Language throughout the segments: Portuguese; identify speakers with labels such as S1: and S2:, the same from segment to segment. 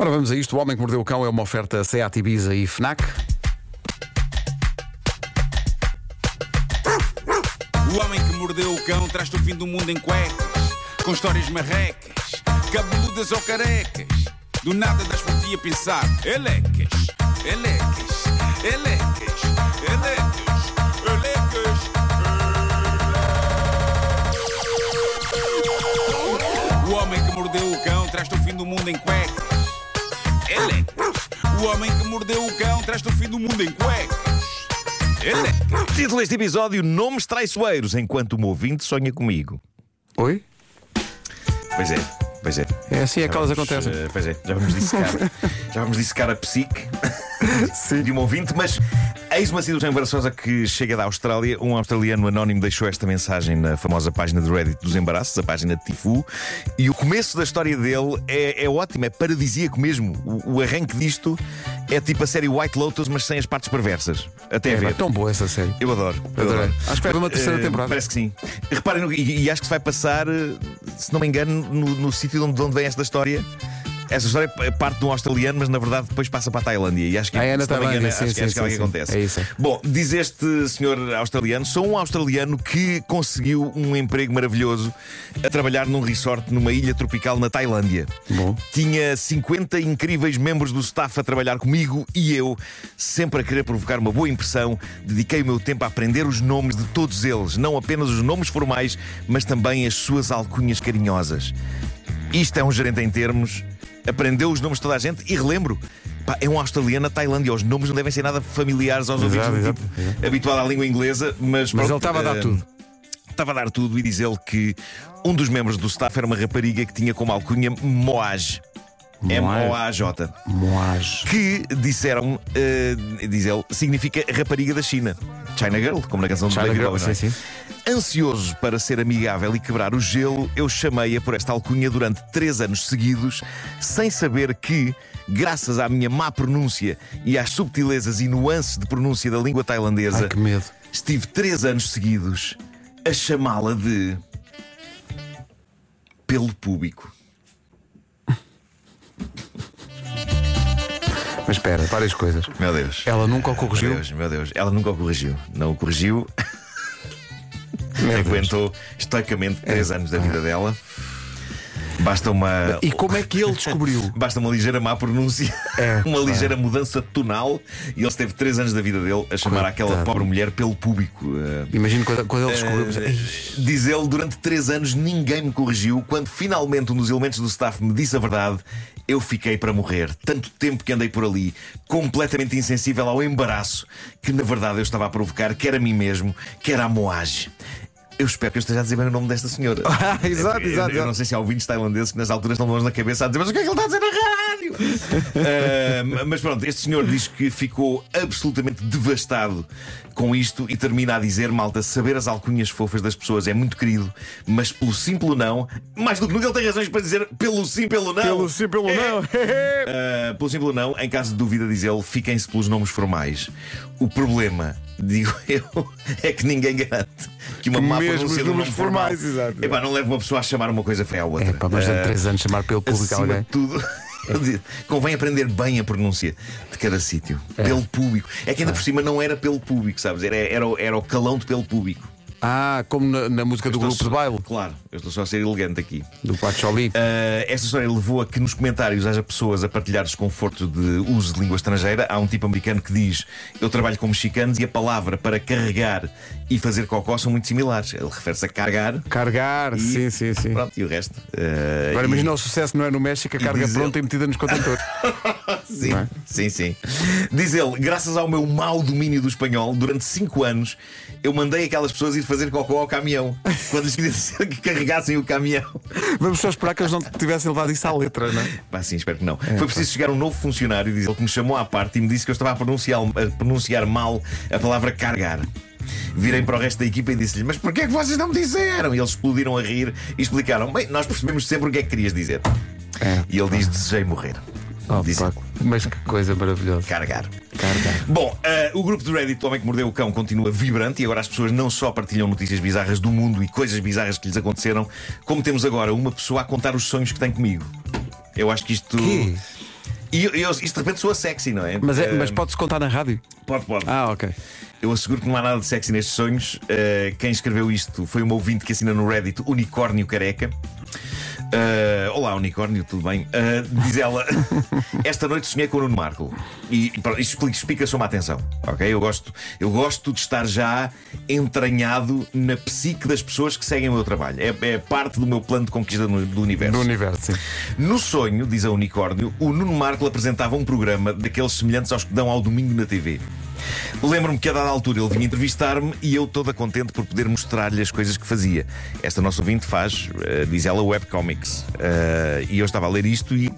S1: Ora, vamos a isto. O Homem que Mordeu o Cão é uma oferta SEAT Ibiza e FNAC.
S2: O homem que mordeu o cão traz-te o fim do mundo em cuecas, com histórias marrecas, cabeludas ou carecas. Do nada das por ti a pensar, elecas, elecas, elecas, elecas, elecas. elecas." O homem que mordeu o cão traz-te o fim do mundo em cuecas. Elecas. O homem que mordeu o cão traz-te o fim do mundo em cuecas. Elecas.
S3: Título deste episódio: Nomes Traiçoeiros, enquanto o meu ouvinte sonha comigo.
S1: Oi?
S3: Pois é, pois é.
S1: É assim é
S3: Já
S1: que elas
S3: vamos,
S1: acontecem.
S3: eh, pois é, já vamos dissecar, já vamos dissecar a psique de um ouvinte, mas assim eis uma situação embaraçosa que chega da Austrália. Um australiano anónimo deixou esta mensagem na famosa página do Reddit dos embaraços, a página de Tifu, e o começo da história dele é, é ótimo, é paradisíaco mesmo. O, o arranque disto é tipo a série White Lotus, mas sem as partes perversas. Até
S1: É,
S3: ver.
S1: pá, tão boa essa série.
S3: Eu adoro. eu
S1: Adorei.
S3: adoro.
S1: Acho que vai haver uma terceira
S3: Eh,
S1: temporada.
S3: Parece que sim. Reparem, no- e, e acho que se vai passar, eh, se não me engano, no, no sítio de onde, de onde vem esta história. Esta história é parte de um australiano, mas na verdade depois passa para a Tailândia. E acho que
S1: Ah, é na
S3: se não me
S1: Tailândia,
S3: engano,
S1: sim,
S3: acho que-
S1: sim,
S3: acho que é o
S1: sim,
S3: que
S1: sim.
S3: acontece.
S1: É isso.
S3: Bom, diz este senhor australiano: sou um australiano que conseguiu um emprego maravilhoso a trabalhar num resort numa ilha tropical na Tailândia.
S1: Bom.
S3: Tinha 50 incríveis membros do staff a trabalhar comigo e eu, sempre a querer provocar uma boa impressão, dediquei o meu tempo a aprender os nomes de todos eles, não apenas os nomes formais, mas também as suas alcunhas carinhosas. Isto é um gerente em termos, aprendeu os nomes de toda a gente e relembro. pá, é um australiano na Tailândia, os nomes não devem ser nada familiares aos
S1: Exato,
S3: ouvidos
S1: exato,
S3: do tipo habituado à língua inglesa, mas
S1: Mas
S3: pronto,
S1: ele estava a dar
S3: eh,
S1: tudo.
S3: Estava a dar tudo e diz ele que um dos membros do staff era uma rapariga que tinha como alcunha Moaj. M-O-A-J.
S1: Moage.
S3: Que disseram, eh, diz ele, significa rapariga da China. China Girl, como na canção do
S1: China
S3: David
S1: Girl,
S3: Bowie, não é?
S1: sim, sim.
S3: Ansioso para ser amigável e quebrar o gelo, eu chamei-a por esta alcunha durante três anos seguidos, sem saber que, graças à minha má pronúncia e às subtilezas e nuances de pronúncia da língua tailandesa,
S1: Ai, que medo.
S3: estive três anos seguidos a chamá-la de. pelo público.
S1: Mas espera, várias coisas.
S3: Meu Deus.
S1: Ela nunca o
S3: Meu
S1: corrigiu.
S3: Deus, meu Deus. Ela nunca o corrigiu. Não o corrigiu. Aguentou estoicamente 3 anos da vida dela. Basta uma.
S1: É. E como é que ele descobriu?
S3: Basta uma ligeira má pronúncia,
S1: É,
S3: uma ligeira mudança tonal, e ele esteve 3 anos da vida dele a chamar aquela
S1: Coitado.
S3: pobre mulher pelo público. eh,
S1: Imagino quando, quando ele descobriu. mas- é, Ai,
S3: Diz ele, durante três anos ninguém me corrigiu. Quando finalmente um dos elementos do staff me disse a verdade, eu fiquei para morrer. Tanto tempo que andei por ali, completamente insensível ao embaraço que na verdade eu estava a provocar, quer a mim mesmo, quer à Moage. Eu espero que eu esteja a dizer bem o nome desta senhora.
S1: Ah, exato,
S3: Eu- eu-
S1: exato,
S3: Eu não sei se há ouvintes tailandeses que nas alturas estão longe na cabeça a dizer, mas o que é que ele está a dizer na rádio? Ah, mas pronto, este senhor diz que ficou absolutamente devastado com isto e termina a dizer, malta, saber as alcunhas fofas das pessoas é muito querido, mas pelo sim, pelo não, mais do que nunca ele tem razões para dizer pelo sim, pelo não.
S1: Pelo sim, pelo não.
S3: Uh, pelo simples não, em caso de dúvida, diz ele, fiquem-se pelos nomes formais. O problema, digo eu, é que ninguém garante que uma
S1: Que
S3: má
S1: mesmo os
S3: pronúncia de um
S1: números
S3: nome formal,
S1: formais, exato, exato.
S3: Epá, não leva uma pessoa a chamar uma coisa feia à outra.
S1: É, pá, mas durante
S3: Uh,
S1: 3 anos chamar pelo público
S3: Acima
S1: alguém. É.
S3: de tudo, eu digo, convém aprender bem a pronúncia de cada sítio. Pelo público. É que ainda por cima não era pelo público, sabes? Era, era, o- era o calão de pelo público.
S1: Ah, como na, na música do grupo
S3: Estou
S1: de
S3: só-
S1: baile,
S3: Claro, eu estou só a ser elegante aqui.
S1: do Pacholi.
S3: Uh, esta história levou a que nos comentários haja pessoas a partilhar desconforto de uso de língua estrangeira. Há um tipo americano que diz: Eu trabalho com mexicanos e a palavra para carregar e fazer cocó são muito similares. Ele refere-se a cargar.
S1: Cargar,
S3: Eh, e-
S1: sim, sim, sim.
S3: Pronto, e o resto. Uh,
S1: Agora
S3: e-
S1: imagina o sucesso não é no México, a carga
S3: diz
S1: pronta e metida nos contentores.
S3: Sim,
S1: Não é?
S3: sim, sim. Diz ele, graças ao meu mau domínio do espanhol, durante 5 anos eu mandei aquelas pessoas ir fazer cocó ao caminhão. Quando lhes disseram que carregassem o caminhão.
S1: Vamos só esperar que eles não tivessem levado isso à letra, não é?
S3: Pá, sim, espero que não. Foi preciso chegar um novo funcionário, diz ele, que me chamou à parte e me disse que eu estava a pronunciar, a pronunciar mal a palavra cargar. Virei para o resto da equipa e disse-lhe: Mas porquê é que vocês não me disseram? E eles explodiram a rir e explicaram: Bem, nós percebemos sempre o que é que querias dizer.
S1: É,
S3: E ele diz: Desejei morrer.
S1: Oh,
S3: Disse-
S1: pá, mas que coisa maravilhosa.
S3: carregar. Bom, eh, o grupo do Reddit, o Homem que Mordeu o Cão, continua vibrante e agora as pessoas não só partilham notícias bizarras do mundo e coisas bizarras que lhes aconteceram, como temos agora uma pessoa a contar os sonhos que tem comigo. Eu acho que isto.
S1: Quê?
S3: E eu, eu- isto de repente soa sexy, não é?
S1: Mas, é-
S3: Eh,
S1: mas pode-se contar na rádio?
S3: pode, pode.
S1: Ah, ok.
S3: Eu asseguro que não há nada de sexy nestes sonhos. Uh, quem escreveu isto foi uma ouvinte que assina no Reddit Unicórnio Careca. Uh, olá, Unicórnio, tudo bem? Uh, diz ela: Esta noite sonhei com o Nuno Marco. E, e pronto, isto explica, explica só uma atenção, ok? Eu gosto, eu gosto de estar já entranhado na psique das pessoas que seguem o meu trabalho. É, é parte do meu plano de conquista do, do universo.
S1: Do universo, sim.
S3: No sonho, diz a Unicórnio, o Nuno Marco apresentava um programa daqueles semelhantes aos que dão ao domingo na TV. Lembro-me que a dada altura ele vinha entrevistar-me e eu toda contente por poder mostrar-lhe as coisas que fazia. Esta nossa ouvinte faz, eh, diz ela, webcomics. Eh, e eu estava a ler isto e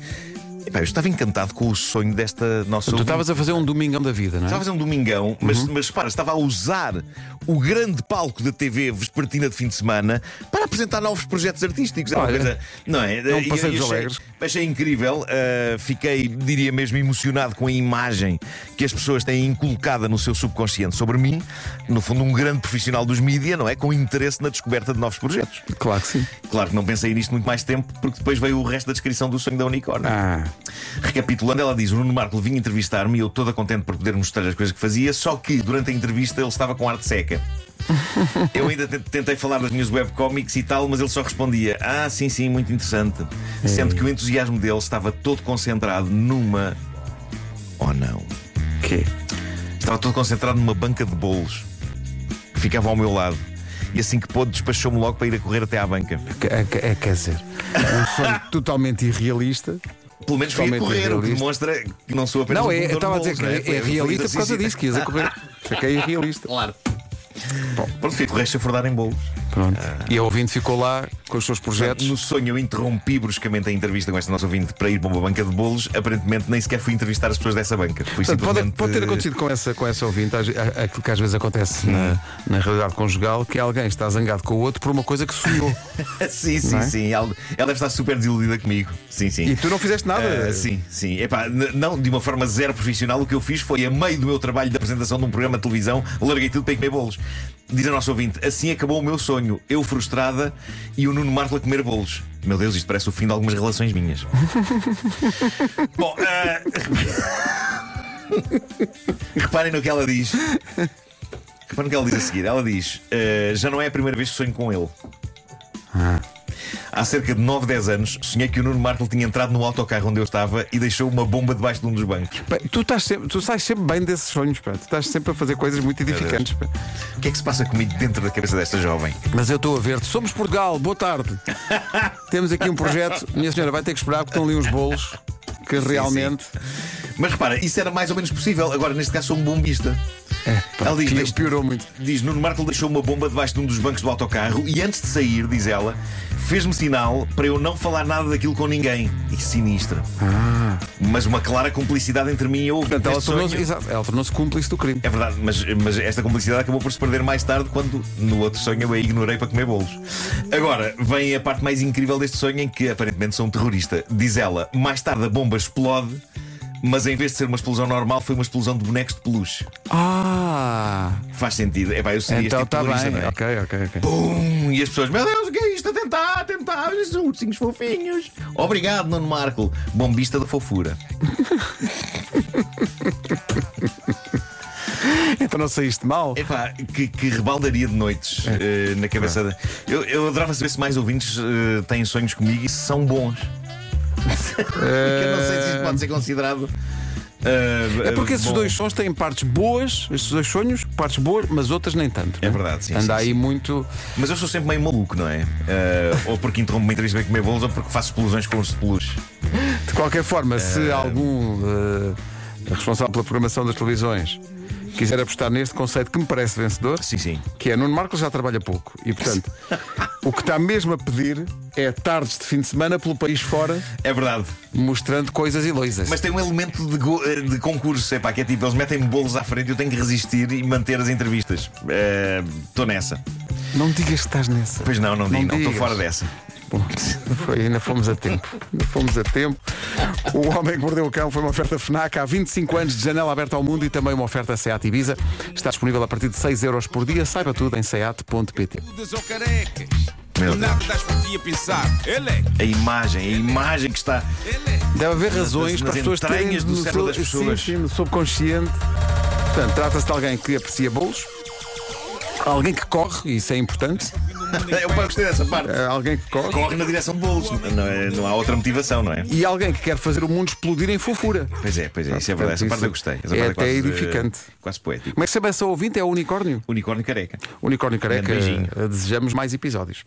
S3: epá, eu estava encantado com o sonho desta nossa
S1: Tu
S3: ouvinte.
S1: estavas a fazer um domingão da vida, não é?
S3: Estava a fazer um domingão, mas,
S1: Uhum.
S3: mas para, estava a usar o grande palco da TV vespertina de fim de semana para apresentar novos projetos artísticos. É uma
S1: Olha,
S3: coisa, não é?
S1: um
S3: E eu-
S1: passeio
S3: eu
S1: dos
S3: achei-
S1: alegres.
S3: Achei incrível, uh, fiquei, diria mesmo, emocionado com a imagem que as pessoas têm inculcada no seu subconsciente sobre mim. No fundo, um grande profissional dos mídia, não é? Com interesse na descoberta de novos projetos.
S1: Claro que sim.
S3: Claro que não pensei nisto muito mais tempo, porque depois veio o resto da descrição do sonho da unicórnio.
S1: Ah,
S3: Recapitulando, ela diz: o Nuno Marco vinha entrevistar-me e eu toda contente por poder mostrar as coisas que fazia, só que durante a entrevista ele estava com arte seca. Eu ainda te- tentei falar das minhas webcomics e tal, mas ele só respondia: Ah, sim, sim, muito interessante.
S1: É.
S3: Sendo que o entusiasmo dele estava todo concentrado numa. Oh não.
S1: quê?
S3: Estava todo concentrado numa banca de bolos que ficava ao meu lado. E assim que pôde, despachou-me logo para ir a correr até à banca.
S1: Que- É, que- é, quer dizer, um sonho totalmente irrealista.
S3: Pelo menos fui a
S1: Totalmente
S3: correr, o que
S1: irrealista.
S3: demonstra que não sou apenas
S1: Não,
S3: um
S1: é, eu
S3: comedor de
S1: estava a dizer
S3: bolos,
S1: que
S3: não é? Foi-
S1: é, é
S3: foi
S1: realista por causa
S3: exercício.
S1: disso, que ias a correr. Isso é que é irrealista.
S3: Claro. Pronto, fico resto a fordar em bolos.
S1: Pronto. E a ouvinte ficou lá com os seus projetos.
S3: No sonho eu interrompi bruscamente a entrevista com esta nossa ouvinte para ir para uma banca de bolos. Aparentemente nem sequer fui entrevistar as pessoas dessa banca. Fui
S1: Portanto, pode,
S3: simplesmente- eh,
S1: pode ter acontecido com essa, com essa ouvinte às- a- aquilo que às vezes acontece
S3: Hum.
S1: na, na realidade conjugal, que alguém está zangado com o outro por uma coisa que sonhou.
S3: sim, sim,
S1: Não é?
S3: sim. Ela, ela deve estar super desiludida comigo. Sim, sim.
S1: e tu não fizeste nada.
S3: Ah, sim, sim. Epá, n- não, de uma forma zero profissional, o que eu fiz foi, a meio do meu trabalho de apresentação de um programa de televisão, larguei tudo para ir comer bolos. Diz a nossa ouvinte: assim acabou o meu sonho, eu frustrada e o Nuno Marco a comer bolos. Meu Deus, isto parece o fim de algumas relações minhas. Bom, ah, reparem no que ela diz. Reparem no que ela diz a seguir. Ela diz: ah, já não é a primeira vez que sonho com ele. Há cerca de 9, 10 anos, sonhei que o Nuno Marco tinha entrado no autocarro onde eu estava e deixou uma bomba debaixo de um dos bancos.
S1: Pá, Tu, estás sempre, tu sais sempre bem desses sonhos, pá. tu estás sempre a fazer coisas muito edificantes. pá.
S3: O que é que se passa comigo dentro da cabeça desta jovem?
S1: Mas eu estou a ver-te. Somos Portugal, boa tarde. Temos aqui um projeto. Minha senhora, vai ter que esperar porque estão ali uns bolos que realmente.
S3: Mas repara, isso era mais ou menos possível. Agora, neste caso, sou um bombista. É,
S1: Pá,
S3: Ela diz,
S1: pi-
S3: "Deixe-
S1: piorou muito.
S3: Diz Nuno Marco deixou uma bomba debaixo de um dos bancos do autocarro e antes de sair, diz ela, fez-me sinal para eu não falar nada daquilo com ninguém. E sinistra. Mas uma clara cumplicidade entre mim e eu.
S1: Ah. Portanto, ela
S3: Este
S1: tornou-se
S3: sonho-
S1: exato, ela tornou-se cúmplice do crime.
S3: É verdade, mas, mas esta complicidade acabou por se perder mais tarde quando no outro sonho eu a ignorei para comer bolos. Agora, vem a parte mais incrível deste sonho em que aparentemente sou um terrorista. Diz ela, mais tarde a bomba explode, mas em vez de ser uma explosão normal, foi uma explosão de bonecos de peluche.
S1: Ah!
S3: Faz sentido. É pá, eu seria
S1: Então
S3: este tipo
S1: está
S3: de terrorista,
S1: bem.
S3: não é?
S1: Ok, ok, ok.
S3: Pum! E as pessoas, meu Deus, o que é isto? A tentar, a tentar, os ursinhos fofinhos. Obrigado, Nuno Marco, bombista da fofura.
S1: Então não saíste mal.
S3: Epá, que, que rebaldaria de noites
S1: É.
S3: eh, na cabeça da. Eu, eu adorava saber se mais ouvintes eh, têm sonhos comigo e se são bons. Porque eu não sei se isto pode ser considerado. eh,
S1: É porque esses
S3: bom.
S1: dois sons têm partes boas, esses dois sonhos, partes boas, mas outras nem tanto.
S3: É
S1: não
S3: verdade, sim,
S1: Anda
S3: sim,
S1: aí
S3: sim.
S1: muito.
S3: Mas eu sou sempre meio maluco, não é? Eh, ou porque interrompo uma entrevista para comer bolos ou porque faço explosões com os de peluche.
S1: De qualquer forma, se algum eh, responsável pela programação das televisões quiser apostar neste conceito que me parece vencedor,
S3: Sim, sim.
S1: que é Nuno Marcos já trabalha pouco e, portanto, o que está mesmo a pedir é tardes de fim de semana pelo país fora,
S3: É verdade.
S1: mostrando coisas e loisas.
S3: Mas tem um elemento de, go- eh, de concurso, epá, que é tipo, eles metem bolos à frente e eu tenho que resistir e manter as entrevistas. Estou nessa.
S1: Não digas que estás nessa.
S3: Pois não, não digo, não. Estou
S1: digas.
S3: fora dessa.
S1: Bom, foi, ainda fomos a tempo. Ainda fomos a tempo. O Homem que Mordeu o Cão foi uma oferta FNAC há 25 anos de janela aberta ao mundo e também uma oferta SEAT Ibiza. Está disponível a partir de 6 euros por dia. Saiba tudo em seat.pt.
S2: Cabeludas ou carecas,
S3: Meu
S2: Do
S3: Deus.
S2: nada das por ti a pensar. Ele é
S3: A imagem, a imagem que está.
S2: ele
S1: Deve haver razões
S3: nas
S1: para as pessoas
S3: entranhas
S1: terem
S3: do
S1: no
S3: cérebro
S1: seu-
S3: das pessoas.
S1: Sim, sim, no subconsciente. Portanto, trata-se de alguém que aprecia bolos, alguém que corre, isso é importante,
S3: Eu gostei dessa parte.
S1: eh, alguém que corre,
S3: Corre na direção de bolos. Não, é- não há outra motivação, não é?
S1: e alguém que quer fazer o mundo explodir em fofura.
S3: Pois é, pois é, isso é
S1: Portanto,
S3: verdade. Essa
S1: isso
S3: parte eu gostei. Essa
S1: é
S3: parte
S1: até
S3: quase,
S1: edificante.
S3: eh, Quase poético.
S1: Como é que se chama essa ouvinte? É o unicórnio?
S3: Unicórnio careca.
S1: Unicórnio careca,
S3: Grande beijinho.
S1: eh, desejamos mais episódios.